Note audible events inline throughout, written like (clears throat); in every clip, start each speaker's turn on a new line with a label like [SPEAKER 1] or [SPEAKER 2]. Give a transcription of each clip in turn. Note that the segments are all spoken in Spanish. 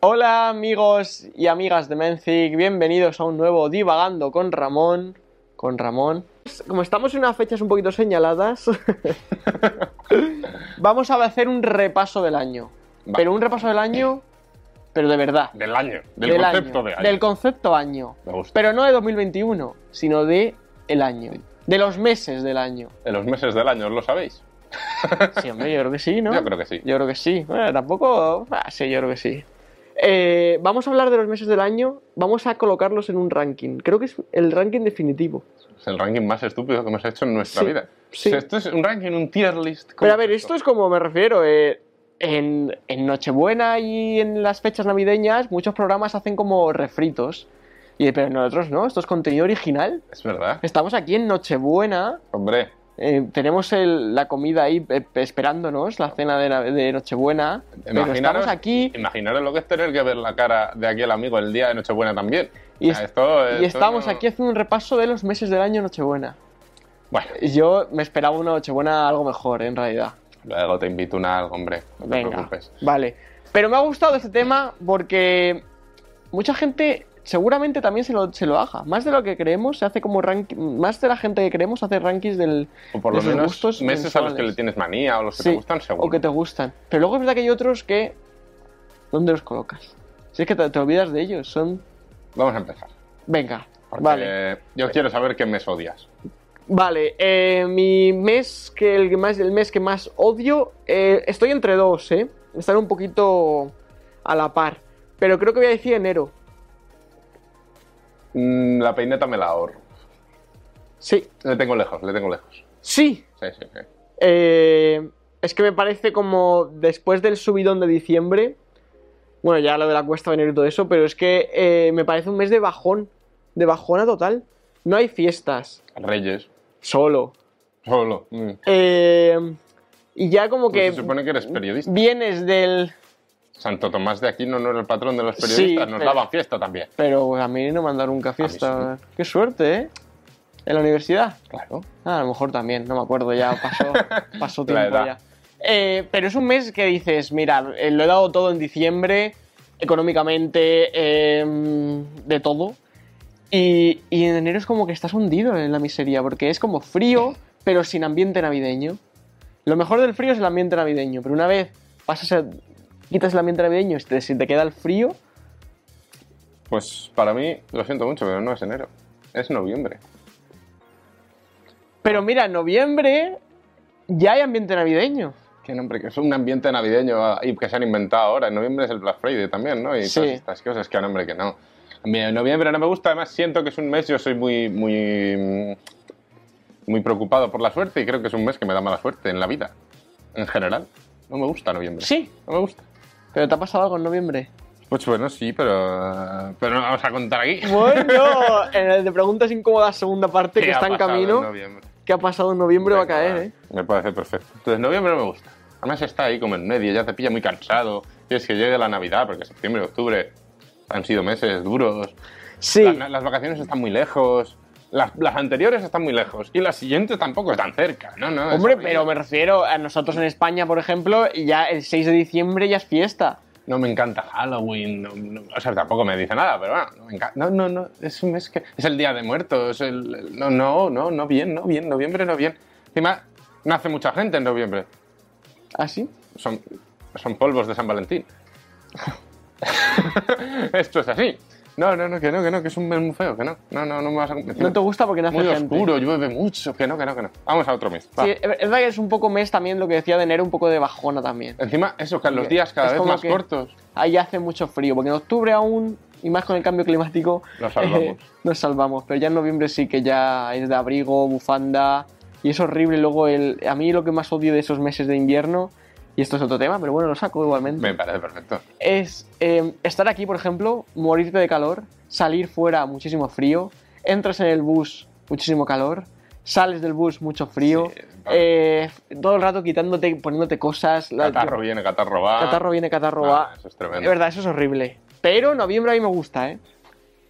[SPEAKER 1] Hola amigos y amigas de Menzik, bienvenidos a un nuevo Divagando con Ramón. Con Ramón. Como estamos en unas fechas un poquito (laughs) señaladas, vamos a hacer un repaso del año.
[SPEAKER 2] Va.
[SPEAKER 1] Pero un repaso del año, pero de verdad.
[SPEAKER 2] Del año, del,
[SPEAKER 1] Del
[SPEAKER 2] concepto
[SPEAKER 1] año.
[SPEAKER 2] de año.
[SPEAKER 1] Del concepto año.
[SPEAKER 2] Me gusta.
[SPEAKER 1] Pero no de 2021, sino de el año. De los meses del año.
[SPEAKER 2] En los meses del año, ¿lo sabéis?
[SPEAKER 1] Sí, hombre, yo creo que sí, ¿no?
[SPEAKER 2] Yo creo que sí.
[SPEAKER 1] Yo creo que sí. Bueno, tampoco. Ah, sí, yo creo que sí. Eh, vamos a hablar de los meses del año. Vamos a colocarlos en un ranking. Creo que es el ranking definitivo.
[SPEAKER 2] Es el ranking más estúpido que hemos hecho en nuestra
[SPEAKER 1] Sí,
[SPEAKER 2] vida.
[SPEAKER 1] sí.
[SPEAKER 2] O sea, esto es un ranking, un tier list.
[SPEAKER 1] Pero a ver, esto es como me refiero. eh, en, en Nochebuena y en las fechas navideñas, muchos programas hacen como refritos. Y, pero nosotros no, esto es contenido original.
[SPEAKER 2] Es verdad.
[SPEAKER 1] Estamos aquí en Nochebuena.
[SPEAKER 2] Hombre,
[SPEAKER 1] eh, tenemos el- la comida ahí eh, esperándonos, la cena de, nav- de Nochebuena. Pero
[SPEAKER 2] imaginaros,
[SPEAKER 1] estamos aquí
[SPEAKER 2] imaginaros lo que es tener que ver la cara de aquel amigo el día de Nochebuena también.
[SPEAKER 1] Y
[SPEAKER 2] O sea,
[SPEAKER 1] es-
[SPEAKER 2] esto- esto
[SPEAKER 1] Y estamos
[SPEAKER 2] no-
[SPEAKER 1] aquí haciendo un repaso de los meses del año Nochebuena.
[SPEAKER 2] Bueno,
[SPEAKER 1] Yo me esperaba una Nochebuena algo mejor, en realidad.
[SPEAKER 2] luego te invito una algo, hombre. No te
[SPEAKER 1] Venga,
[SPEAKER 2] preocupes.
[SPEAKER 1] vale. Pero me ha gustado este tema porque mucha gente seguramente también se lo, se lo haga. Más de lo que creemos, se hace como ranking. Más de la gente que creemos hace rankings del.
[SPEAKER 2] O por
[SPEAKER 1] de
[SPEAKER 2] lo
[SPEAKER 1] sus
[SPEAKER 2] menos
[SPEAKER 1] gustos
[SPEAKER 2] meses a los que
[SPEAKER 1] mensuales.
[SPEAKER 2] le tienes manía o los que
[SPEAKER 1] Sí,
[SPEAKER 2] te gustan, seguro.
[SPEAKER 1] o que te gustan. Pero luego es verdad que hay otros que. ¿Dónde los colocas? Si es que te, te olvidas de ellos, son.
[SPEAKER 2] Vamos a empezar.
[SPEAKER 1] Venga,
[SPEAKER 2] Porque
[SPEAKER 1] vale.
[SPEAKER 2] yo quiero saber qué mes odias.
[SPEAKER 1] Vale, eh, mi mes que el que más el mes que más odio eh, estoy entre dos, eh, están un poquito a la par, pero creo que voy a decir enero.
[SPEAKER 2] Mm, la peineta me la ahorro.
[SPEAKER 1] Sí,
[SPEAKER 2] Le tengo lejos, le tengo lejos.
[SPEAKER 1] sí.
[SPEAKER 2] Sí, sí, sí.
[SPEAKER 1] eh, es que me parece como después del subidón de diciembre, bueno ya lo de la cuesta de enero y todo eso, pero es que eh, me parece un mes de bajón, de bajona total. No hay fiestas,
[SPEAKER 2] Reyes,
[SPEAKER 1] solo.
[SPEAKER 2] solo. Mm.
[SPEAKER 1] Eh, y ya como
[SPEAKER 2] Tú Pues Se
[SPEAKER 1] que mm.
[SPEAKER 2] supone que eres periodista.
[SPEAKER 1] vienes del
[SPEAKER 2] Santo Tomás de Aquino no era el patrón de los
[SPEAKER 1] Sí,
[SPEAKER 2] periodistas, nos
[SPEAKER 1] pero-
[SPEAKER 2] daban fiesta también.
[SPEAKER 1] Pero pues, a mí no me han dado nunca fiesta.
[SPEAKER 2] A
[SPEAKER 1] Qué suerte, ¿eh? ¿En la universidad?
[SPEAKER 2] Claro.
[SPEAKER 1] Ah, a lo mejor también, no me acuerdo, ya pasó, pasó
[SPEAKER 2] La
[SPEAKER 1] tiempo
[SPEAKER 2] edad.
[SPEAKER 1] ya. Eh, pero es un mes que dices, mira, eh, lo he dado todo en diciembre, económicamente, eh, de todo. Y, y en enero es como que estás hundido en la miseria, porque es como frío, pero sin ambiente navideño. Lo mejor del frío es el ambiente navideño, pero una vez pasas a- quitas el ambiente navideño y te, se te queda el frío,
[SPEAKER 2] Pues para mí, lo siento mucho, pero no es enero. Es noviembre.
[SPEAKER 1] Pero mira, en noviembre ya hay ambiente navideño.
[SPEAKER 2] Qué nombre, que es un ambiente navideño ah, y que se han inventado ahora. En noviembre es el Black Friday también, ¿no? Y
[SPEAKER 1] Sí.
[SPEAKER 2] todas estas cosas, qué nombre que no. A mí en noviembre no me gusta, además siento que es un mes, yo soy muy, muy, mm, muy preocupado por la suerte y creo que es un mes que me da mala suerte en la vida, en general. No me gusta noviembre.
[SPEAKER 1] Sí,
[SPEAKER 2] No me gusta.
[SPEAKER 1] pero te ha pasado algo en noviembre.
[SPEAKER 2] Pues bueno, sí, pero, pero no lo vamos a contar aquí.
[SPEAKER 1] Bueno, (laughs) en el de preguntas incómodas segunda parte este que
[SPEAKER 2] ¿Qué (laughs) ha
[SPEAKER 1] está en
[SPEAKER 2] pasado
[SPEAKER 1] camino,
[SPEAKER 2] noviembre?
[SPEAKER 1] que ha pasado en noviembre va a
[SPEAKER 2] Venga,
[SPEAKER 1] caer,
[SPEAKER 2] va.
[SPEAKER 1] ¿eh?
[SPEAKER 2] Me parece perfecto. Entonces, noviembre no me gusta. Además está ahí como en medio, ya te pilla muy cansado. Quieres que llegue la Navidad, porque septiembre y octubre han sido meses duros.
[SPEAKER 1] Sí,
[SPEAKER 2] La- las vacaciones están muy lejos. Las, las anteriores están muy lejos. Y las siguientes tampoco están cerca. No, no. es
[SPEAKER 1] hombre,
[SPEAKER 2] horrible.
[SPEAKER 1] pero me refiero a nosotros en España, por ejemplo, y ya el 6 de diciembre ya es fiesta.
[SPEAKER 2] No me encanta Halloween. no- no- o sea, tampoco me dice nada, pero bueno, no me encanta. No, no, no. Es un mes que. Es el día de muertos. el- el- no, no, no, no bien, no bien. Noviembre no bien. Encima, nace mucha gente en noviembre.
[SPEAKER 1] ¿Así?
[SPEAKER 2] son, son polvos de San Valentín. (laughs) Esto es así. No, no, no, que no, que no, que es un mes muy feo, que no. No, no, no me vas a convencer.
[SPEAKER 1] No te gusta porque no hace
[SPEAKER 2] Muy
[SPEAKER 1] gente.
[SPEAKER 2] oscuro, llueve mucho, que no, que no, que no. Vamos a otro mes. va.
[SPEAKER 1] Sí, es verdad que es un poco mes también lo que decía de enero, un poco de bajona también.
[SPEAKER 2] Encima, eso, que los
[SPEAKER 1] Es
[SPEAKER 2] días cada vez
[SPEAKER 1] como
[SPEAKER 2] más
[SPEAKER 1] que-
[SPEAKER 2] cortos.
[SPEAKER 1] ahí hace mucho frío, porque en octubre aún, y más con el cambio climático,
[SPEAKER 2] (laughs)
[SPEAKER 1] eh,
[SPEAKER 2] Nos salvamos.
[SPEAKER 1] nos salvamos. Pero ya en noviembre sí que ya es de abrigo, bufanda, y es horrible. Luego, el, a mí lo que más odio de esos meses de invierno, y esto es otro tema, pero bueno, lo saco igualmente,
[SPEAKER 2] Me parece perfecto.
[SPEAKER 1] es eh, estar aquí, por ejemplo, morirte de calor, salir fuera, muchísimo frío, entras en el bus, muchísimo calor. Sales del bus, mucho frío.
[SPEAKER 2] Sí,
[SPEAKER 1] eh, todo el rato quitándote, poniéndote cosas. la-
[SPEAKER 2] Catarro viene, catarro va.
[SPEAKER 1] Catarro viene, catarro
[SPEAKER 2] Ah,
[SPEAKER 1] va.
[SPEAKER 2] Eso es
[SPEAKER 1] Es
[SPEAKER 2] tremendo.
[SPEAKER 1] verdad, eso es horrible. Pero noviembre a mí me gusta, ¿eh.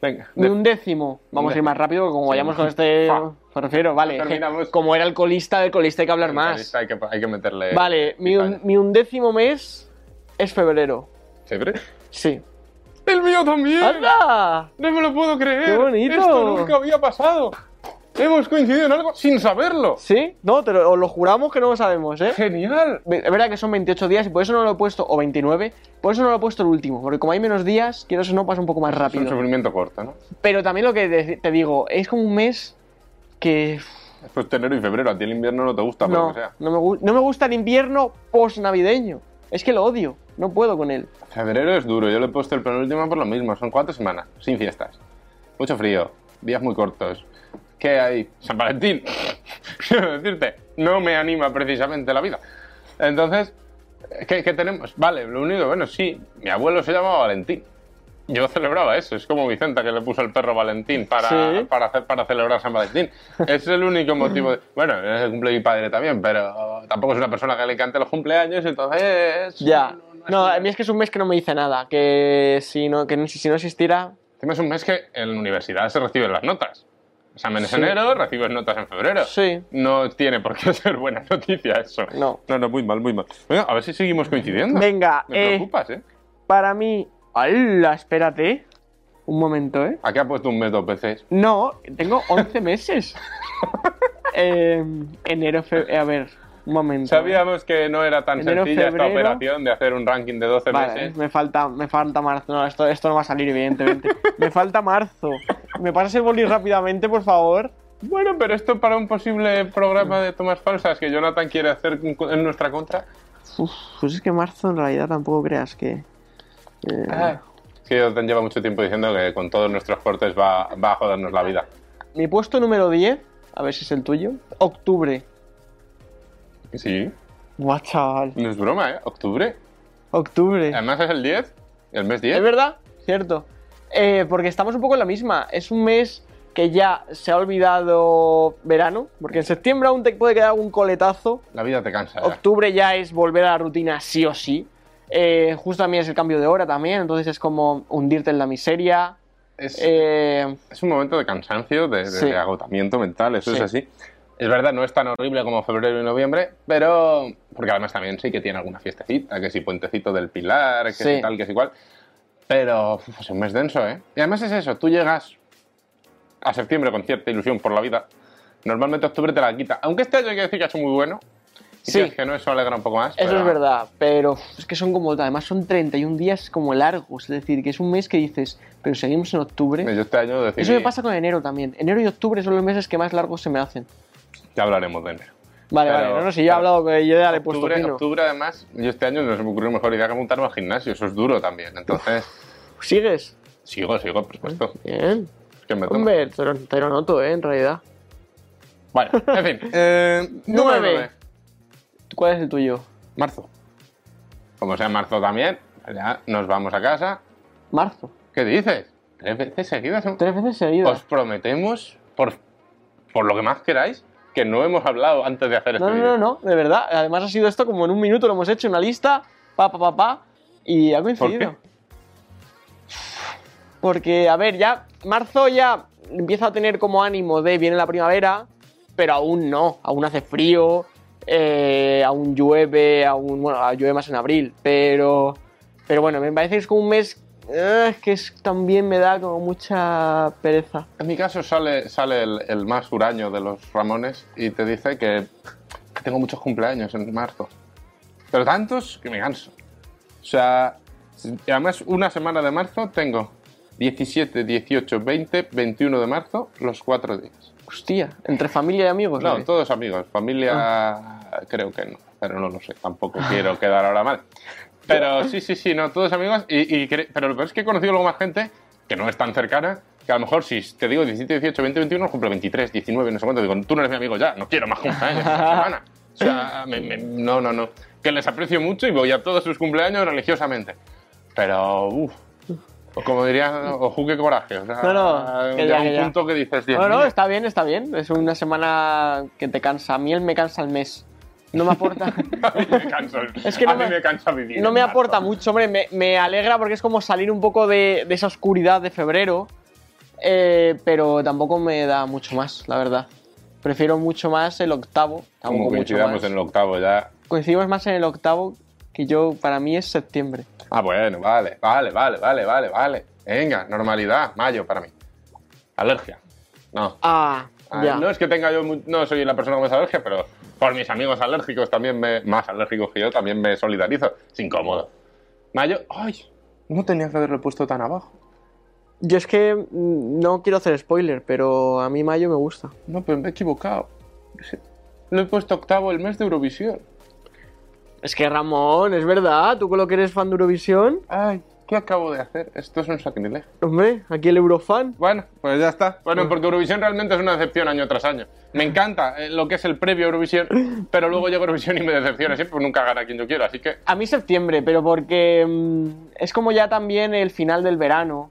[SPEAKER 2] Venga,
[SPEAKER 1] Ni
[SPEAKER 2] de-
[SPEAKER 1] un décimo. Vamos a ir más rápido, porque como
[SPEAKER 2] Sí.
[SPEAKER 1] vayamos con este.
[SPEAKER 2] (laughs) Fa.
[SPEAKER 1] Me refiero, vale.
[SPEAKER 2] No terminamos.
[SPEAKER 1] je- Como era alcoholista, del alcoholista hay que hablar más.
[SPEAKER 2] Hay que, hay que meterle.
[SPEAKER 1] Vale, mi, un-
[SPEAKER 2] picante.
[SPEAKER 1] mi undécimo mes es febrero.
[SPEAKER 2] ¿Febrero?
[SPEAKER 1] Sí.
[SPEAKER 2] ¡El mío también!
[SPEAKER 1] ¡Anda!
[SPEAKER 2] ¡No me lo puedo creer!
[SPEAKER 1] ¡Qué bonito!
[SPEAKER 2] ¡Esto nunca había pasado! ¡Hemos coincidido en algo sin saberlo!
[SPEAKER 1] ¿Sí? No, te lo, os lo juramos que no lo sabemos, ¿eh?
[SPEAKER 2] ¡Genial!
[SPEAKER 1] Ve- Es verdad que son 28 días y por eso no lo he puesto, o 29, por eso no lo he puesto el último, porque como hay menos días, quieras o no, pasa un poco más
[SPEAKER 2] Es un
[SPEAKER 1] rápido.
[SPEAKER 2] sufrimiento corto, ¿no?
[SPEAKER 1] Pero también lo que te- te digo, es como un mes que
[SPEAKER 2] Pues de enero y febrero, a ti el invierno no te gusta, por
[SPEAKER 1] no,
[SPEAKER 2] lo que sea.
[SPEAKER 1] no, me, gu- no me gusta el invierno post-navideño. Es que lo odio, no puedo con él.
[SPEAKER 2] Febrero es duro, yo le he puesto el penúltimo por lo mismo, son cuatro semanas, sin fiestas. Mucho frío, días muy cortos. ¿Qué hay? San Valentín. (laughs) Quiero decirte, no me anima precisamente la vida. Entonces, ¿qué, qué tenemos? Vale, lo único, bueno, sí, mi abuelo se llamaba Valentín. Yo celebraba eso, es como Vicenta que le puso el perro Valentín para,
[SPEAKER 1] Sí.
[SPEAKER 2] para, hacer- para celebrar San Valentín. Es el único motivo. de- bueno, es el cumple de mi padre también, pero tampoco es una persona que le encante los cumpleaños, entonces.
[SPEAKER 1] Ya.
[SPEAKER 2] no- no es
[SPEAKER 1] No, a mí es que es un mes que no me dice nada, que si no, que no- si no existiera...
[SPEAKER 2] Encima es un mes que en la universidad se reciben las notas. Exámenes
[SPEAKER 1] Sí.
[SPEAKER 2] en enero, recibes notas en febrero.
[SPEAKER 1] Sí.
[SPEAKER 2] No tiene por qué (laughs) ser buena noticia eso.
[SPEAKER 1] No.
[SPEAKER 2] No, no, muy mal, muy mal. Venga, a ver si seguimos coincidiendo.
[SPEAKER 1] Venga,
[SPEAKER 2] Me
[SPEAKER 1] eh,
[SPEAKER 2] preocupas, ¿eh?
[SPEAKER 1] para mí... ¡Hala! Espérate. Un momento, ¿eh?
[SPEAKER 2] Aquí ha puesto un mes dos veces.
[SPEAKER 1] No, tengo 11
[SPEAKER 2] (laughs)
[SPEAKER 1] meses. Eh, enero, febrero... A ver, un momento. eh.
[SPEAKER 2] Sabíamos que no era tan
[SPEAKER 1] Enero,
[SPEAKER 2] sencilla
[SPEAKER 1] febrero.
[SPEAKER 2] esta operación de hacer un ranking de 12
[SPEAKER 1] Vale,
[SPEAKER 2] meses.
[SPEAKER 1] me falta, me falta marzo. No, esto, esto no va a salir, evidentemente. me falta marzo. ¿Me pasas el boli rápidamente, por favor?
[SPEAKER 2] Bueno, pero esto para un posible programa de tomas falsas que Jonathan quiere hacer en nuestra contra.
[SPEAKER 1] Uf, pues es que marzo en realidad tampoco creas que... eh,
[SPEAKER 2] Ah, Es que Jonathan lleva mucho tiempo diciendo que con todos nuestros cortes va, va a jodernos la vida.
[SPEAKER 1] Mi puesto número 10, a ver si es el tuyo. Octubre.
[SPEAKER 2] Sí,
[SPEAKER 1] Buah, chaval.
[SPEAKER 2] no es broma, ¿eh? Octubre.
[SPEAKER 1] Octubre.
[SPEAKER 2] Además es el 10, el mes
[SPEAKER 1] ¿Es
[SPEAKER 2] 10.
[SPEAKER 1] verdad? Cierto. Eh, porque estamos un poco en la misma. Es un mes que ya se ha olvidado verano, porque en septiembre aún te puede quedar algún coletazo.
[SPEAKER 2] La vida te cansa. ya.
[SPEAKER 1] Octubre ya es volver a la rutina sí o sí. Eh, justo a mí es el cambio de hora también, entonces es como hundirte en la miseria.
[SPEAKER 2] Es,
[SPEAKER 1] Eh,
[SPEAKER 2] es un momento de cansancio, de, de-
[SPEAKER 1] Sí.
[SPEAKER 2] de agotamiento mental, eso es
[SPEAKER 1] Sí.
[SPEAKER 2] así. Es verdad, no es tan horrible como febrero y noviembre, pero. Porque además también sí que tiene alguna fiestecita, que si Puentecito del Pilar, que
[SPEAKER 1] Sí.
[SPEAKER 2] si tal, que si cual. Pero uf, es un mes denso, ¿eh? Y además es eso, tú llegas a septiembre con cierta ilusión por la vida. Normalmente octubre te la quita. Aunque este año hay que decir que ha hecho muy bueno. Y
[SPEAKER 1] Sí.
[SPEAKER 2] sí. que no, eso alegra un poco más.
[SPEAKER 1] eso
[SPEAKER 2] pero-
[SPEAKER 1] es verdad, pero uf, es que son como, además son 31 días como largos, es decir, que es un mes que dices, pero seguimos en octubre.
[SPEAKER 2] Yo este año decidí.
[SPEAKER 1] ¿eh? Eso me pasa con enero también. Enero y octubre son los meses que más largos se me hacen.
[SPEAKER 2] Ya hablaremos de enero.
[SPEAKER 1] Vale,
[SPEAKER 2] Pero-
[SPEAKER 1] vale, no, no, si yo he hablado, que yo ya le he puesto
[SPEAKER 2] octubre,
[SPEAKER 1] pino.
[SPEAKER 2] octubre, además, yo este año no se me ocurrió mejor idea que apuntarme al gimnasio, eso es duro también. Entonces,
[SPEAKER 1] (laughs) ¿Sigues?
[SPEAKER 2] sigo, sigo, por supuesto.
[SPEAKER 1] Bien.
[SPEAKER 2] Es que me tomo.
[SPEAKER 1] Hombre, te lo, te lo noto, ¿eh? En realidad.
[SPEAKER 2] Vale, en
[SPEAKER 1] (laughs)
[SPEAKER 2] fin. eh,
[SPEAKER 1] Nueve.
[SPEAKER 2] número nueve.
[SPEAKER 1] ¿Cuál es el tuyo?
[SPEAKER 2] Marzo. Como sea marzo también, ya nos vamos a casa.
[SPEAKER 1] Marzo.
[SPEAKER 2] ¿Qué dices? Tres veces seguidas. ¿eh?
[SPEAKER 1] Tres veces seguidas.
[SPEAKER 2] Os prometemos, por, por lo que más queráis, que no hemos hablado antes de hacer
[SPEAKER 1] No,
[SPEAKER 2] este
[SPEAKER 1] no,
[SPEAKER 2] vídeo.
[SPEAKER 1] no, no, de verdad. Además ha sido esto como en un minuto, lo hemos hecho una lista, pa, pa, pa, pa, y ha coincidido.
[SPEAKER 2] qué?
[SPEAKER 1] Porque, a ver, ya marzo ya empieza a tener como ánimo de viene la primavera, pero aún no, aún hace frío, eh, aún llueve, aún, bueno, llueve más en abril, pero, pero bueno, me parece que es como un mes eh, que es, también me da como mucha pereza.
[SPEAKER 2] En mi caso sale, sale el, el más huraño de los Ramones y te dice que, que tengo muchos cumpleaños en marzo. Pero tantos que me canso. O sea, si- y además una semana de marzo tengo 17, 18, 20, 21 de marzo, los cuatro días.
[SPEAKER 1] Hostia, entre familia y amigos. ¿no? Ah.
[SPEAKER 2] No, todos amigos, familia creo que no, pero no lo sé, tampoco quiero (laughs) quedar ahora mal. Pero sí, sí, sí, no, todos amigos, y, y cre- pero lo peor es que he conocido luego más gente que no es tan cercana, que a lo mejor si te digo 17, 18, 20, 21, cumple 23, 19, no sé cuánto, digo, tú no eres mi amigo ya, no quiero más
[SPEAKER 1] (laughs)
[SPEAKER 2] cumpleaños esta semana. O sea, me- me- no, no, no, que les aprecio mucho y voy a todos sus cumpleaños religiosamente. Pero, uff, como diría Ojuque Coraje, o sea,
[SPEAKER 1] No, no, que ya,
[SPEAKER 2] llega un
[SPEAKER 1] que ya.
[SPEAKER 2] punto que dices, Dios
[SPEAKER 1] No, no,
[SPEAKER 2] mío.
[SPEAKER 1] está bien, está bien. Es una semana que te cansa. A mí él me cansa el mes. No me aporta,
[SPEAKER 2] (laughs) A mí me canso.
[SPEAKER 1] Es que no
[SPEAKER 2] a mí
[SPEAKER 1] me-
[SPEAKER 2] me, cansa vivir.
[SPEAKER 1] no me
[SPEAKER 2] en marzo.
[SPEAKER 1] aporta mucho, hombre. Me, me alegra porque es como salir un poco de, de esa oscuridad de febrero. eh, pero tampoco me da mucho más, la verdad. Prefiero mucho más el octavo.
[SPEAKER 2] Como
[SPEAKER 1] tampoco mucho
[SPEAKER 2] coincidamos
[SPEAKER 1] más.
[SPEAKER 2] en el octavo ya.
[SPEAKER 1] Coincidimos más en el octavo que yo, para mí es septiembre.
[SPEAKER 2] Ah, bueno, vale, vale, vale, vale, vale, vale. Venga, normalidad, mayo para mí. Alergia. No.
[SPEAKER 1] Ah,
[SPEAKER 2] Ah,
[SPEAKER 1] ya.
[SPEAKER 2] No es que tenga yo, mu- no soy la persona con más alergia, pero por mis amigos alérgicos también me, más alérgicos que yo, también me solidarizo. Es incómodo. Mayo, ay, no tenía que haberlo puesto tan abajo.
[SPEAKER 1] Yo es que mm, no quiero hacer spoiler, pero a mí mayo me gusta.
[SPEAKER 2] No, pero me he equivocado. Lo he puesto octavo el mes de Eurovisión.
[SPEAKER 1] Es que Ramón, es verdad, tú con lo que eres fan de Eurovisión,
[SPEAKER 2] Ay, ¿qué acabo de hacer? Esto es un sacrilegio.
[SPEAKER 1] hombre, aquí el Eurofan.
[SPEAKER 2] Bueno, pues ya está. Bueno, porque Eurovisión realmente es una decepción año tras año. Me encanta eh, lo que es el previo Eurovisión, pero luego llega Eurovisión y me decepciona. Siempre pues nunca gana quien yo quiero, así que
[SPEAKER 1] A mí septiembre, pero porque mm, es como ya también el final del verano.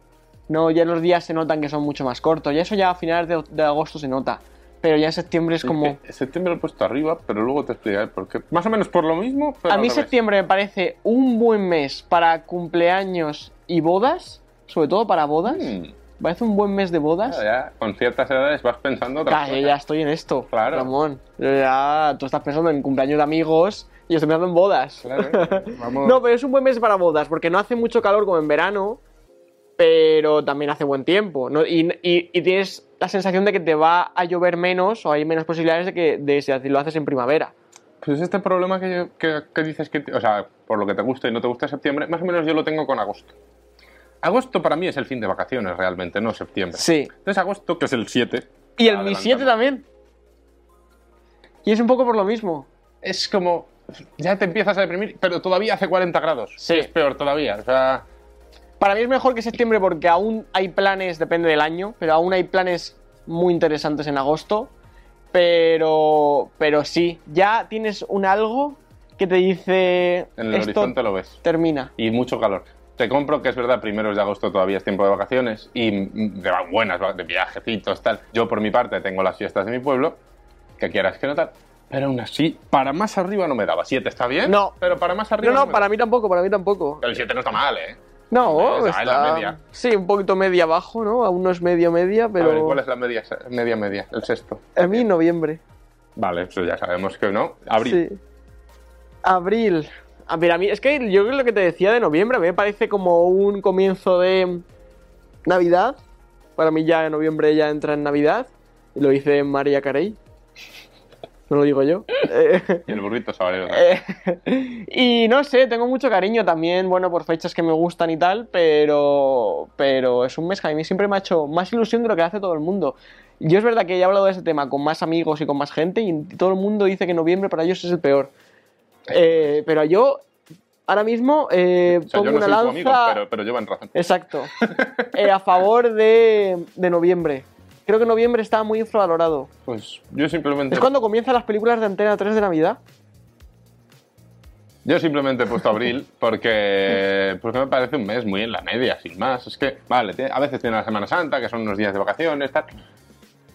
[SPEAKER 1] No, ya los días se notan que son mucho más cortos. Ya eso ya a finales de, de agosto se nota. Pero ya en septiembre es como...
[SPEAKER 2] Eh, septiembre lo he puesto arriba, pero luego te explicaré por qué. Más o menos por lo mismo, pero
[SPEAKER 1] A
[SPEAKER 2] al
[SPEAKER 1] mí
[SPEAKER 2] revés.
[SPEAKER 1] septiembre me parece un buen mes para cumpleaños y bodas, sobre todo para bodas.
[SPEAKER 2] Mm,
[SPEAKER 1] Me Parece un buen mes de bodas.
[SPEAKER 2] claro, ya con ciertas edades vas pensando otra
[SPEAKER 1] Ah, yo ya estoy en esto,
[SPEAKER 2] Claro.
[SPEAKER 1] Ramón. Yo ya, tú estás pensando en cumpleaños de amigos y yo estoy pensando en bodas.
[SPEAKER 2] Claro,
[SPEAKER 1] (laughs)
[SPEAKER 2] eh, vamos.
[SPEAKER 1] No, pero es un buen mes para bodas, porque no hace mucho calor como en verano, pero también hace buen tiempo. ¿no? Y, y- y tienes la sensación de que te va a llover menos o hay menos posibilidades de que de, si lo haces en primavera.
[SPEAKER 2] Pues este problema que, yo- que- que dices que, te- o sea, por lo que te gusta y no te gusta septiembre, más o menos yo lo tengo con agosto. Agosto para mí es el fin de vacaciones realmente, no septiembre.
[SPEAKER 1] Sí.
[SPEAKER 2] Entonces agosto, que es el 7,
[SPEAKER 1] Y el
[SPEAKER 2] Adelantando.
[SPEAKER 1] Mi 7 también. Y es un poco por lo mismo.
[SPEAKER 2] es como ya te empiezas a deprimir, pero todavía hace 40 grados.
[SPEAKER 1] Sí.
[SPEAKER 2] Es peor todavía, o sea,
[SPEAKER 1] Para mí es mejor que septiembre porque aún hay planes, depende del año, pero aún hay planes muy interesantes en agosto. Pero, pero sí, ya tienes un algo que te dice
[SPEAKER 2] en el
[SPEAKER 1] esto
[SPEAKER 2] horizonte lo ves.
[SPEAKER 1] termina.
[SPEAKER 2] y mucho calor. Te compro que es verdad, primeros de agosto todavía es tiempo de vacaciones y mm, de va- buenas, va- de viajecitos, tal. Yo por mi parte tengo las fiestas de mi pueblo, que quieras que no tal, pero aún así, para más arriba no me daba. Siete está bien,
[SPEAKER 1] No.
[SPEAKER 2] pero para más
[SPEAKER 1] No,
[SPEAKER 2] arriba
[SPEAKER 1] no,
[SPEAKER 2] me
[SPEAKER 1] para
[SPEAKER 2] daba.
[SPEAKER 1] mí tampoco, para mí tampoco.
[SPEAKER 2] Pero el siete no está mal, ¿eh?
[SPEAKER 1] No,
[SPEAKER 2] Esa es
[SPEAKER 1] está,
[SPEAKER 2] la media.
[SPEAKER 1] Sí, un poquito media abajo, ¿no? Aún no es medio media, pero
[SPEAKER 2] A ver, ¿cuál es la media, media, media? El sexto.
[SPEAKER 1] a mí noviembre.
[SPEAKER 2] Vale, eso ya sabemos que no. Abril.
[SPEAKER 1] Sí. Abril. A ver, a mí, es que yo creo lo que te decía de noviembre, a mí me parece como un comienzo de Navidad. Para mí ya en noviembre ya entra en Navidad. Y lo dice María Carey. (laughs) No lo digo yo. Eh,
[SPEAKER 2] Y el burrito sabanero. también.
[SPEAKER 1] eh, y no sé, tengo mucho cariño también, bueno, por fechas que me gustan y tal, pero, pero es un mes que a mí siempre me ha hecho más ilusión de lo que hace todo el mundo. Yo es verdad que he hablado de ese tema con más amigos y con más gente y todo el mundo dice que noviembre para ellos es el peor. Eh, pero yo ahora mismo eh,
[SPEAKER 2] o sea,
[SPEAKER 1] pongo
[SPEAKER 2] yo
[SPEAKER 1] una
[SPEAKER 2] no soy
[SPEAKER 1] lanza...
[SPEAKER 2] tu amigo, pero, pero llevan razón. (laughs)
[SPEAKER 1] Exacto. Eh, a favor de, de noviembre. Creo que noviembre está muy infravalorado.
[SPEAKER 2] Pues yo simplemente,
[SPEAKER 1] Es cuando comienzan las películas de Antena 3 de Navidad.
[SPEAKER 2] yo simplemente he puesto abril porque, porque me parece un mes muy en la media, sin más. Es que, vale, tiene- a veces tiene la Semana Santa, que son unos días de vacaciones, tal.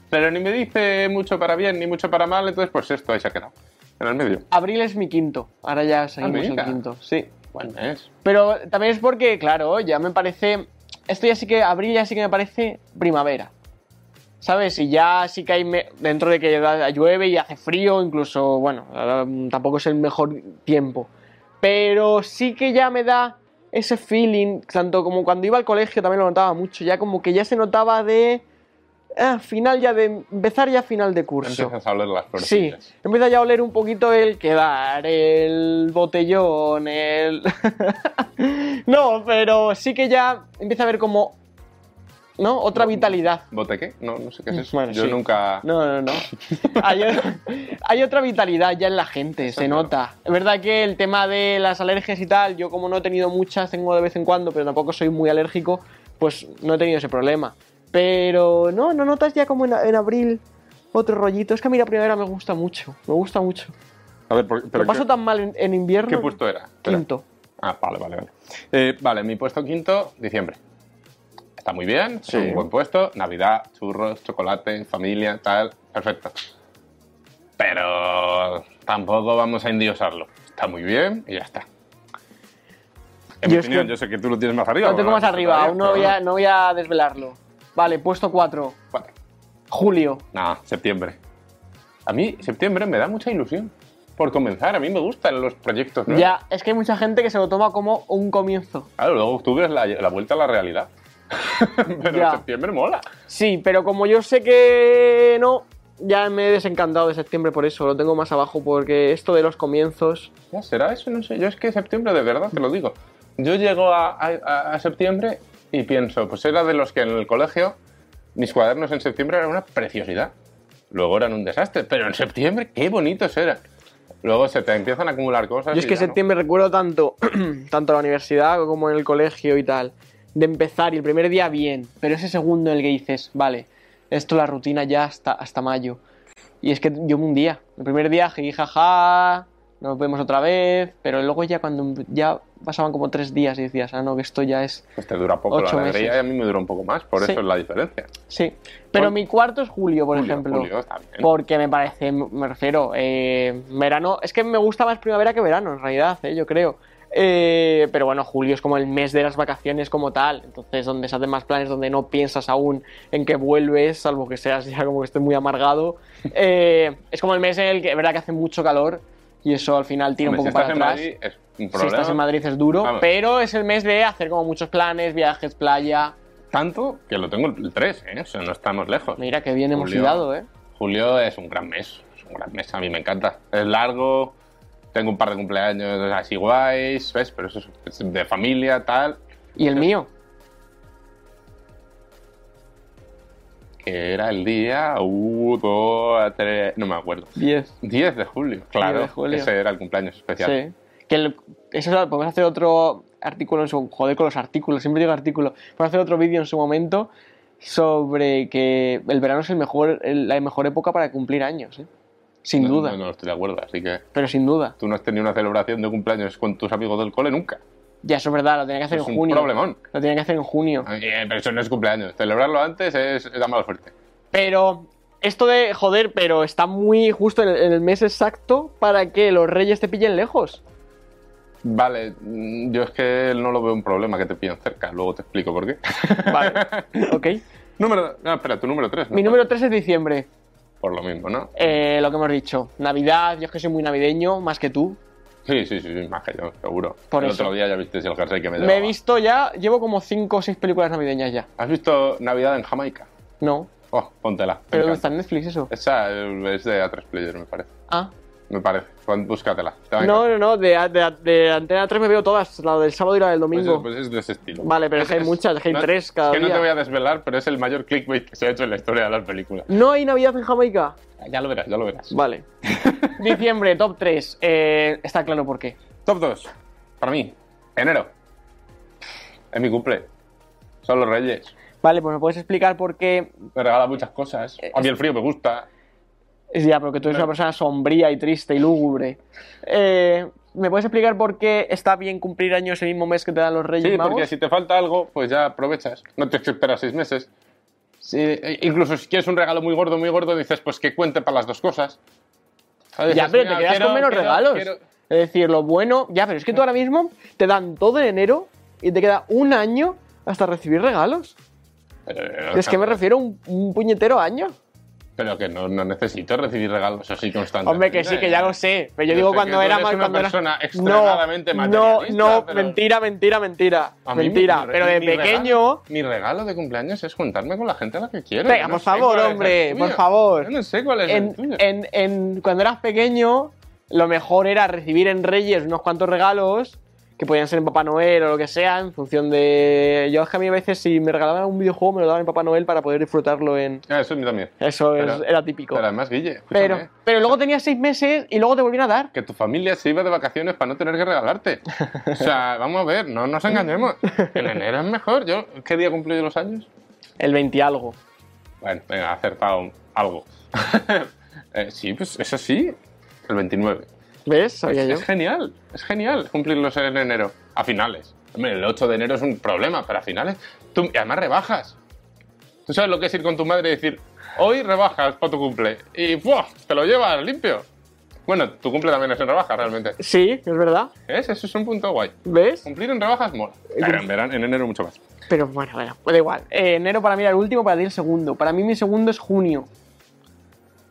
[SPEAKER 2] Pero ni me dice mucho para bien ni mucho para mal, entonces pues esto ahí se ha quedado. En el medio.
[SPEAKER 1] Abril es mi quinto. Ahora ya seguimos
[SPEAKER 2] Ah, mira.
[SPEAKER 1] el quinto. Sí.
[SPEAKER 2] Buen mes.
[SPEAKER 1] Pero también es porque, claro, ya me parece. Esto ya sí que. Abril ya sí que me parece primavera. ¿Sabes? Y ya sí que hay. me- dentro de que da- llueve y hace frío, incluso. Bueno, ahora, mm, tampoco es el mejor tiempo. Pero sí que ya me da ese feeling. Tanto como cuando iba al colegio también lo notaba mucho. Ya como que ya se notaba de. ah, final ya de. Empezar ya final de curso.
[SPEAKER 2] Empiezas a oler las
[SPEAKER 1] Sí,
[SPEAKER 2] florecillas.
[SPEAKER 1] empieza ya a oler un poquito el quedar, el botellón, el... (laughs) no, pero sí que ya empieza a haber como... ¿No? Otra vitalidad.
[SPEAKER 2] ¿Bote qué? No, no sé qué es eso.
[SPEAKER 1] Bueno,
[SPEAKER 2] yo
[SPEAKER 1] sí.
[SPEAKER 2] nunca...
[SPEAKER 1] No, no, no. Hay, hay otra vitalidad ya en la gente, se
[SPEAKER 2] es verdad.
[SPEAKER 1] nota. Es verdad que el tema de las alergias y tal, yo como no he tenido muchas, tengo de vez en cuando, pero tampoco soy muy alérgico, pues no he tenido ese problema. Pero no, no notas ya como en, en abril otro rollito. Es que a mí la primavera me gusta mucho, me gusta mucho.
[SPEAKER 2] A ver, por- pero
[SPEAKER 1] Lo paso
[SPEAKER 2] ¿qué,
[SPEAKER 1] tan mal en, en invierno.
[SPEAKER 2] qué puesto era? Espera.
[SPEAKER 1] Quinto.
[SPEAKER 2] Ah, vale, vale, vale. Eh, vale, mi puesto quinto, diciembre. Está muy bien,
[SPEAKER 1] Sí.
[SPEAKER 2] es un buen puesto. Navidad, churros, chocolate, familia, tal, perfecto. Pero tampoco vamos a endiosarlo. Está muy bien y ya está. En mi
[SPEAKER 1] Yo es
[SPEAKER 2] opinión,
[SPEAKER 1] que-
[SPEAKER 2] yo sé que tú lo tienes más arriba.
[SPEAKER 1] Lo tengo más arriba, aún no voy, a,
[SPEAKER 2] había...
[SPEAKER 1] no voy a desvelarlo. Vale, puesto 4. Julio.
[SPEAKER 2] No, septiembre. A mí septiembre me da mucha ilusión. por comenzar. A mí me gustan los proyectos nuevos.
[SPEAKER 1] Ya, es que hay mucha gente que se lo toma como un comienzo.
[SPEAKER 2] Claro, luego octubre es la, la vuelta a la realidad. (laughs) Pero
[SPEAKER 1] Ya.
[SPEAKER 2] septiembre mola.
[SPEAKER 1] Sí, pero como yo sé que no, ya me he desencantado de septiembre por eso. Lo tengo más abajo porque esto de los comienzos.
[SPEAKER 2] Ya, ¿Será eso? No sé. Yo es que septiembre, de verdad, te lo digo. Yo llego a, a- a septiembre y pienso, pues era de los que en el colegio mis cuadernos en septiembre eran una preciosidad. Luego eran un desastre, pero en septiembre qué bonitos eran. Luego se te empiezan a acumular cosas.
[SPEAKER 1] Yo es
[SPEAKER 2] y
[SPEAKER 1] que
[SPEAKER 2] ya no.
[SPEAKER 1] septiembre recuerdo tanto, (clears throat) tanto la universidad como en el colegio y tal, de empezar y el primer día bien, pero ese segundo en el que dices, vale, esto la rutina ya hasta, hasta mayo. Y es que yo un día, el primer día, jiji, jaja, nos vemos otra vez, pero luego ya cuando ya pasaban como tres días y decías, ah, no, que esto ya es...
[SPEAKER 2] Pues te dura poco
[SPEAKER 1] Ocho
[SPEAKER 2] la alegría
[SPEAKER 1] meses.
[SPEAKER 2] y a mí me dura un poco más, por
[SPEAKER 1] Sí.
[SPEAKER 2] eso es la diferencia.
[SPEAKER 1] Sí, pero
[SPEAKER 2] Bueno,
[SPEAKER 1] mi cuarto es julio, por
[SPEAKER 2] Julio,
[SPEAKER 1] ejemplo.
[SPEAKER 2] julio, está bien.
[SPEAKER 1] Porque me parece, me refiero, eh, verano, es que me gusta más primavera que verano, en realidad, eh, yo creo. Eh, pero bueno, julio es como el mes de las vacaciones como tal, entonces donde se hacen más planes, donde no piensas aún en que vuelves, salvo que seas ya como que estés muy
[SPEAKER 2] (laughs)
[SPEAKER 1] amargado. Eh, es como el mes en el que, es verdad que hace mucho calor y eso al final tira
[SPEAKER 2] Hombre,
[SPEAKER 1] un
[SPEAKER 2] si
[SPEAKER 1] poco para
[SPEAKER 2] estás en
[SPEAKER 1] atrás.
[SPEAKER 2] Madrid es un
[SPEAKER 1] si
[SPEAKER 2] problema.
[SPEAKER 1] estás en Madrid es duro,
[SPEAKER 2] Vamos.
[SPEAKER 1] pero es el mes de hacer como muchos planes, viajes, playa.
[SPEAKER 2] Tanto que lo tengo el 3, ¿eh? O sea, no estamos lejos.
[SPEAKER 1] Mira que bien hemos
[SPEAKER 2] Julio.
[SPEAKER 1] llegado, ¿eh?
[SPEAKER 2] Julio es un gran mes, es un gran mes, a mí me encanta. Es largo, tengo un par de cumpleaños así guays, ¿ves? Pero eso es de familia, tal,
[SPEAKER 1] Y el mío.
[SPEAKER 2] que era el día 1, 2, 3, no me acuerdo.
[SPEAKER 1] 10.
[SPEAKER 2] 10 de julio, claro,
[SPEAKER 1] de julio.
[SPEAKER 2] ese era el cumpleaños especial.
[SPEAKER 1] Sí. Que el- eso lo- podemos hacer otro artículo en su joder con los artículos, siempre digo artículo. Podemos hacer otro vídeo en su momento sobre que el verano es el mejor el- la mejor época para cumplir años, ¿eh? Sin
[SPEAKER 2] No,
[SPEAKER 1] duda,
[SPEAKER 2] No, no estoy de acuerdo, así que
[SPEAKER 1] pero sin duda.
[SPEAKER 2] tú no has tenido una celebración de cumpleaños con tus amigos del cole nunca.
[SPEAKER 1] Ya eso es verdad, lo tenía que hacer
[SPEAKER 2] es
[SPEAKER 1] en
[SPEAKER 2] un
[SPEAKER 1] junio.
[SPEAKER 2] problemón.
[SPEAKER 1] Lo tenía que hacer en junio.
[SPEAKER 2] Eh, Pero eso no es cumpleaños, celebrarlo antes es, es la mala suerte.
[SPEAKER 1] Pero esto de joder, pero está muy justo en el, en el mes exacto para que los reyes te pillen lejos.
[SPEAKER 2] Vale, mm, yo es que no lo veo un problema que te pillen cerca, luego te explico por qué. (laughs)
[SPEAKER 1] Vale. ok.
[SPEAKER 2] Número. No, espera, tu número 3.
[SPEAKER 1] Mi número 3 es diciembre.
[SPEAKER 2] Por lo mismo, ¿no?
[SPEAKER 1] Eh, lo que hemos dicho. Navidad, yo es que soy muy navideño, más que tú.
[SPEAKER 2] Sí, sí, sí, sí, más que yo, seguro.
[SPEAKER 1] Por
[SPEAKER 2] el
[SPEAKER 1] eso.
[SPEAKER 2] otro día ya viste el jersey que me
[SPEAKER 1] Me he
[SPEAKER 2] llevaba.
[SPEAKER 1] visto ya, llevo como 5 o 6 películas navideñas ya.
[SPEAKER 2] ¿Has visto Navidad en Jamaica?
[SPEAKER 1] No,
[SPEAKER 2] Oh, póntela. me
[SPEAKER 1] pero ¿dónde está
[SPEAKER 2] encanta.
[SPEAKER 1] en Netflix eso?
[SPEAKER 2] Esa eh, es de A3 Player, me parece.
[SPEAKER 1] Ah,
[SPEAKER 2] Me parece. Pon- Búscatela. Te va a
[SPEAKER 1] no,
[SPEAKER 2] encantar.
[SPEAKER 1] no, no, de, de, de Antena 3 me veo todas, la del sábado y la del
[SPEAKER 2] Pues es,
[SPEAKER 1] domingo.
[SPEAKER 2] pues es de ese estilo.
[SPEAKER 1] Vale, pero es que hay muchas, es que hay
[SPEAKER 2] no-
[SPEAKER 1] tres cada
[SPEAKER 2] es que no
[SPEAKER 1] día.
[SPEAKER 2] te voy a desvelar, pero es el mayor clickbait que se ha hecho en la historia de las películas.
[SPEAKER 1] ¿No hay Navidad en Jamaica?
[SPEAKER 2] Ya lo verás, ya lo verás. (laughs)
[SPEAKER 1] Vale. Diciembre, top 3. está claro por qué.
[SPEAKER 2] Top 2. Para mí, enero. Es mi cumple. Son los reyes.
[SPEAKER 1] Vale, pues me puedes explicar por qué.
[SPEAKER 2] Me regala muchas cosas.
[SPEAKER 1] Eh,
[SPEAKER 2] A mí el frío me gusta.
[SPEAKER 1] Es ya, porque tú eres una persona sombría y triste y lúgubre. Eh, ¿Me puedes explicar por qué está bien cumplir años el mismo mes que te dan los Reyes
[SPEAKER 2] Sí,
[SPEAKER 1] Magos?
[SPEAKER 2] porque si te falta algo, pues ya aprovechas. No tienes que esperar seis meses. Sí, e- incluso si quieres un regalo muy gordo, muy gordo, dices, pues que cuente para las dos cosas. ¿Sabes?
[SPEAKER 1] Ya,
[SPEAKER 2] Dices,
[SPEAKER 1] pero te
[SPEAKER 2] mira,
[SPEAKER 1] quedas
[SPEAKER 2] quiero-
[SPEAKER 1] con menos
[SPEAKER 2] quiero-
[SPEAKER 1] regalos.
[SPEAKER 2] quiero-
[SPEAKER 1] Es decir, lo bueno. Ya, pero es que tú ahora mismo te dan todo en enero y te queda un año hasta recibir regalos.
[SPEAKER 2] Eh,
[SPEAKER 1] Es que me refiero a un, un puñetero año.
[SPEAKER 2] Pero que no, no necesito recibir regalos así constantemente.
[SPEAKER 1] Hombre, que sí, que ya lo sé. Pero yo,
[SPEAKER 2] Yo
[SPEAKER 1] digo
[SPEAKER 2] sé que
[SPEAKER 1] cuando
[SPEAKER 2] tú
[SPEAKER 1] era
[SPEAKER 2] eres
[SPEAKER 1] más.
[SPEAKER 2] una
[SPEAKER 1] cuando era-
[SPEAKER 2] persona
[SPEAKER 1] No,
[SPEAKER 2] extremadamente
[SPEAKER 1] no,
[SPEAKER 2] materialista,
[SPEAKER 1] no,
[SPEAKER 2] pero-
[SPEAKER 1] mentira, mentira, mentira.
[SPEAKER 2] A mí mi-
[SPEAKER 1] Mentira.
[SPEAKER 2] mi-
[SPEAKER 1] pero de
[SPEAKER 2] mi
[SPEAKER 1] pequeño.
[SPEAKER 2] regalo- mi regalo de cumpleaños es juntarme con la gente a la que quiero.
[SPEAKER 1] Venga,
[SPEAKER 2] Yo no
[SPEAKER 1] por
[SPEAKER 2] sé
[SPEAKER 1] favor,
[SPEAKER 2] cuál es el
[SPEAKER 1] hombre,
[SPEAKER 2] tuyo.
[SPEAKER 1] por favor.
[SPEAKER 2] Yo no sé cuál es el
[SPEAKER 1] En,
[SPEAKER 2] tuyo.
[SPEAKER 1] en- en- cuando eras pequeño, lo mejor era recibir en Reyes unos cuantos regalos que podían ser en Papá Noel o lo que sea, en función de. Yo es que a mí a veces, si me regalaban un videojuego, me lo daban en Papá Noel para poder disfrutarlo en.
[SPEAKER 2] Ah, eso a mí también.
[SPEAKER 1] Eso es-
[SPEAKER 2] Pero-
[SPEAKER 1] era típico.
[SPEAKER 2] Pero además, Guille, escúchame, ¿eh?
[SPEAKER 1] Pero, pero luego tenías seis meses y luego te volvían a dar.
[SPEAKER 2] que tu familia se iba de vacaciones para no tener que regalarte.
[SPEAKER 1] (laughs)
[SPEAKER 2] O sea, vamos a ver, no nos engañemos. En enero es mejor. Yo, ¿Qué día cumplí yo los años?
[SPEAKER 1] El 20 algo.
[SPEAKER 2] Bueno, venga, he acertado algo.
[SPEAKER 1] (laughs)
[SPEAKER 2] Eh, sí, pues eso sí, el 29.
[SPEAKER 1] ¿Ves? Sabía
[SPEAKER 2] Es, (laughs)
[SPEAKER 1] yo.
[SPEAKER 2] es genial, es genial cumplirlos en enero, a finales. Hombre, el 8 de enero es un problema, pero a finales. Tú, y además rebajas. Tú sabes lo que es ir con tu madre y decir, hoy rebajas para tu cumple. Y ¡buah! te lo llevas limpio. Bueno, tu cumple también es en rebajas realmente.
[SPEAKER 1] Sí, es verdad.
[SPEAKER 2] ¿Ves? Eso es un punto guay.
[SPEAKER 1] ¿Ves?
[SPEAKER 2] Cumplir en rebajas mola. Pero en, verano, en enero mucho más.
[SPEAKER 1] Pero bueno, bueno, pues da igual. Eh, enero para mí era el último, para ti el segundo. Para mí mi segundo es junio.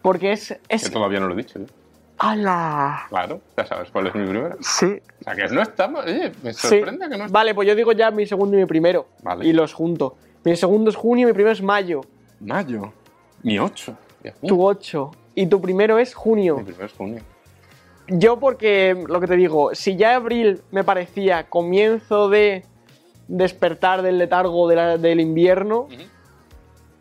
[SPEAKER 1] Porque es,
[SPEAKER 2] Que
[SPEAKER 1] es
[SPEAKER 2] todavía no lo he dicho. ¿eh?
[SPEAKER 1] ¡Hala!
[SPEAKER 2] Claro, ya sabes cuál es mi primera.
[SPEAKER 1] Sí.
[SPEAKER 2] O sea, que no estamos. Oye, me sorprende
[SPEAKER 1] Sí.
[SPEAKER 2] que no estamos.
[SPEAKER 1] Vale, pues yo digo ya mi segundo y mi primero.
[SPEAKER 2] Vale.
[SPEAKER 1] Y los junto. Mi segundo es junio y mi primero es mayo.
[SPEAKER 2] Mayo. Mi 8.
[SPEAKER 1] Tu 8. Y tu primero es junio.
[SPEAKER 2] Mi primero es junio.
[SPEAKER 1] Yo porque, lo que te digo, si ya abril me parecía comienzo de despertar del letargo de la- del invierno,
[SPEAKER 2] Ujú.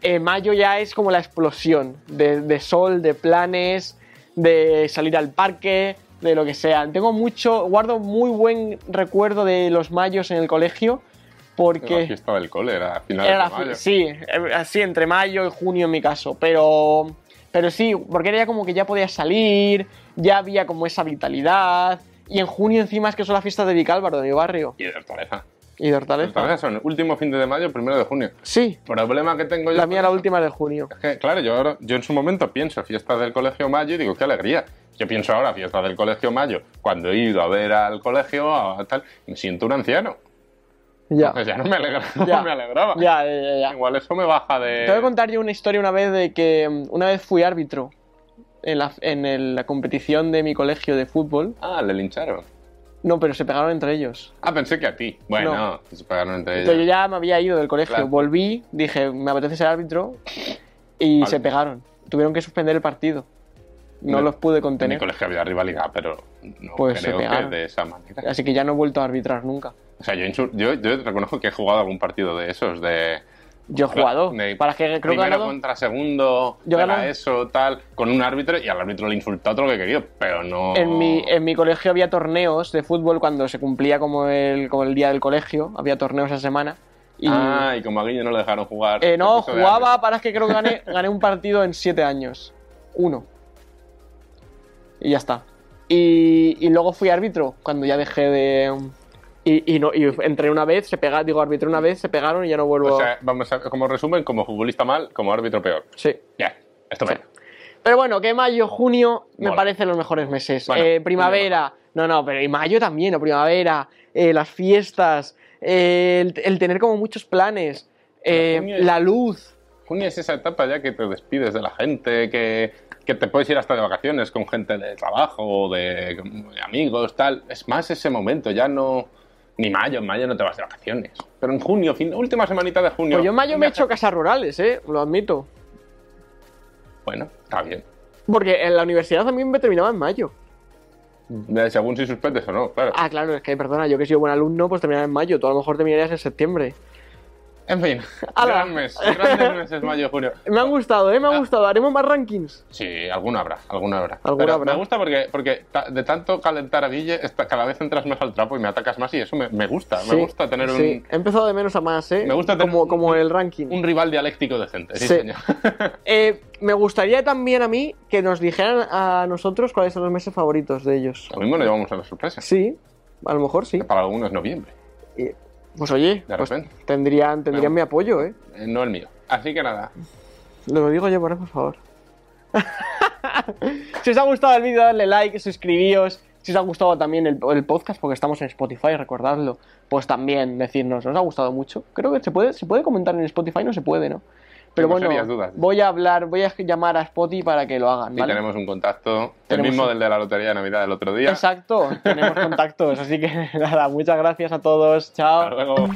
[SPEAKER 1] eh, mayo ya es como la explosión de, de sol, de planes, de salir al parque, de lo que sea. Tengo mucho, guardo muy buen recuerdo de los mayos en el colegio
[SPEAKER 2] Era La
[SPEAKER 1] porque...
[SPEAKER 2] fiesta del cole, era a finales
[SPEAKER 1] Era,
[SPEAKER 2] de mayo.
[SPEAKER 1] sí, eh, así entre mayo y junio en mi caso, pero, pero sí, porque era ya como que ya podía salir, ya había como esa vitalidad, y en junio encima es que son las fiestas de Vicálvaro, de mi barrio,
[SPEAKER 2] Y de Hortaleza.
[SPEAKER 1] y de
[SPEAKER 2] Las
[SPEAKER 1] Hortaleza.
[SPEAKER 2] Hortalezas son último fin de mayo, primero de junio.
[SPEAKER 1] Sí,
[SPEAKER 2] Problema que tengo yo.
[SPEAKER 1] la
[SPEAKER 2] con
[SPEAKER 1] mía la
[SPEAKER 2] eso
[SPEAKER 1] última es de junio.
[SPEAKER 2] es que, claro, yo, ahora- yo en su momento pienso fiestas del colegio mayo y digo, qué alegría. Yo pienso ahora fiestas del colegio mayo, cuando he ido a ver al colegio, a tal, me siento un anciano.
[SPEAKER 1] Ya,
[SPEAKER 2] Entonces Pues ya no me, alegra, (laughs) no
[SPEAKER 1] Ya.
[SPEAKER 2] me alegraba.
[SPEAKER 1] ya, ya, ya, ya.
[SPEAKER 2] Igual eso me baja de...
[SPEAKER 1] Te voy a contar yo una historia una vez de que mm, una vez fui árbitro en la, en el- la competición de mi colegio de fútbol.
[SPEAKER 2] Ah, le lincharon.
[SPEAKER 1] No, pero se pegaron entre ellos.
[SPEAKER 2] Ah, pensé que a ti. Bueno, que se pagaron entre ellos.
[SPEAKER 1] Entonces yo ya me había ido del colegio,
[SPEAKER 2] Claro.
[SPEAKER 1] volví, dije, me apetece ser árbitro y
[SPEAKER 2] Vale.
[SPEAKER 1] se pegaron. Tuvieron que suspender el partido. No
[SPEAKER 2] Me-
[SPEAKER 1] los pude
[SPEAKER 2] En mi
[SPEAKER 1] contener.
[SPEAKER 2] colegio había rivalidad, pero no
[SPEAKER 1] Pues se
[SPEAKER 2] creo que
[SPEAKER 1] pegaron.
[SPEAKER 2] de esa manera.
[SPEAKER 1] Así que ya no he vuelto a arbitrar nunca.
[SPEAKER 2] O sea, yo, insur- yo, yo reconozco que he jugado algún partido de esos, de...
[SPEAKER 1] Yo he jugado.
[SPEAKER 2] de
[SPEAKER 1] Para que creo que he
[SPEAKER 2] primero
[SPEAKER 1] ganado-
[SPEAKER 2] contra segundo,
[SPEAKER 1] Yo he
[SPEAKER 2] era
[SPEAKER 1] ganado.
[SPEAKER 2] eso, tal, con un árbitro, y al árbitro le insultó todo lo que quería, pero no...
[SPEAKER 1] En mi, en mi colegio había torneos de fútbol cuando se cumplía como el, como el día del colegio. Había torneos esa semana. Y
[SPEAKER 2] Ah, y como a Guille no le dejaron jugar.
[SPEAKER 1] eh, no,
[SPEAKER 2] se puso de
[SPEAKER 1] jugaba,
[SPEAKER 2] árbitro.
[SPEAKER 1] para que creo que
[SPEAKER 2] (laughs)
[SPEAKER 1] gané, gané un partido en siete años. Uno. Y ya está. Y, y luego fui árbitro, cuando ya dejé de... um, Y, y no, y entré una vez, se pega, digo, arbitré una vez, se pegaron y ya no vuelvo.
[SPEAKER 2] O sea, vamos a, como resumen, como futbolista mal, como árbitro peor.
[SPEAKER 1] sí.
[SPEAKER 2] Ya, esto
[SPEAKER 1] Sí. Pero bueno, que mayo, junio me
[SPEAKER 2] Mola.
[SPEAKER 1] parecen los mejores meses.
[SPEAKER 2] Bueno,
[SPEAKER 1] Eh,
[SPEAKER 2] junio
[SPEAKER 1] primavera, no, no, pero y mayo también, o primavera, eh, las fiestas, eh, el, el tener como muchos planes, eh,
[SPEAKER 2] junio es-
[SPEAKER 1] la luz.
[SPEAKER 2] Junio es esa etapa ya que te despides de la gente, que, que te puedes ir hasta de vacaciones con gente de trabajo, de, de amigos, tal. Es más ese momento, ya no... Ni mayo, en mayo no te vas de vacaciones. Pero en junio, fin, última semanita de junio.
[SPEAKER 1] Pues yo en mayo
[SPEAKER 2] un
[SPEAKER 1] me he
[SPEAKER 2] viaje-
[SPEAKER 1] hecho casas rurales, eh, lo admito.
[SPEAKER 2] Bueno, está bien.
[SPEAKER 1] Porque en la universidad también me terminaba en mayo.
[SPEAKER 2] Eh, Según si suspendes o no, claro.
[SPEAKER 1] Ah, claro, es que, perdona, yo que he sido buen alumno, pues terminaba en mayo. Tú a lo mejor terminarías en septiembre.
[SPEAKER 2] En fin,
[SPEAKER 1] (laughs) Ala.
[SPEAKER 2] gran mes, grandes meses mayo, junio.
[SPEAKER 1] Me han gustado, ¿eh? Me
[SPEAKER 2] Ah.
[SPEAKER 1] han gustado. Haremos más rankings.
[SPEAKER 2] Sí, alguna habrá, alguna habrá.
[SPEAKER 1] Alguna
[SPEAKER 2] Pero
[SPEAKER 1] habrá.
[SPEAKER 2] Me gusta porque, porque ta- de tanto calentar a Guille, esta- cada vez entras más al trapo y me atacas más y eso me, me gusta.
[SPEAKER 1] Sí,
[SPEAKER 2] Ah, me gusta tener un,
[SPEAKER 1] sí. He empezado de menos a más, ¿eh?
[SPEAKER 2] Me gusta tener
[SPEAKER 1] como,
[SPEAKER 2] un-
[SPEAKER 1] como el ranking.
[SPEAKER 2] un rival dialéctico decente. Sí,
[SPEAKER 1] Sí.
[SPEAKER 2] señor. (laughs)
[SPEAKER 1] Eh, me gustaría también a mí que nos dijeran a nosotros cuáles son los meses favoritos de ellos.
[SPEAKER 2] Lo mismo nos llevamos a la sorpresa.
[SPEAKER 1] Sí, a lo mejor sí.
[SPEAKER 2] que Para algunos noviembre,
[SPEAKER 1] Eh, Pues oye,
[SPEAKER 2] de
[SPEAKER 1] pues
[SPEAKER 2] repente.
[SPEAKER 1] tendrían, tendrían
[SPEAKER 2] Bueno.
[SPEAKER 1] mi apoyo, ¿eh?
[SPEAKER 2] Eh, No el mío. Así que nada,
[SPEAKER 1] Lo digo yo, por favor. (laughs) si os ha gustado el vídeo, dadle like, suscribíos. Si os ha gustado también el, el podcast, porque estamos en Spotify, recordadlo. Pues también decirnos, ¿os ha gustado mucho? Creo que se puede, se puede comentar en Spotify, no se puede, ¿no? Pero
[SPEAKER 2] Tengo
[SPEAKER 1] bueno,
[SPEAKER 2] serias dudas.
[SPEAKER 1] voy a hablar, voy a llamar a Spotify para que lo hagan,
[SPEAKER 2] si
[SPEAKER 1] ¿vale?
[SPEAKER 2] tenemos un contacto, el
[SPEAKER 1] Tenemos
[SPEAKER 2] mismo
[SPEAKER 1] un-
[SPEAKER 2] del de la lotería de Navidad del otro
[SPEAKER 1] (laughs)
[SPEAKER 2] día. (laughs)
[SPEAKER 1] Exacto, tenemos contactos, así que nada, muchas gracias a todos, chao.
[SPEAKER 2] Hasta luego.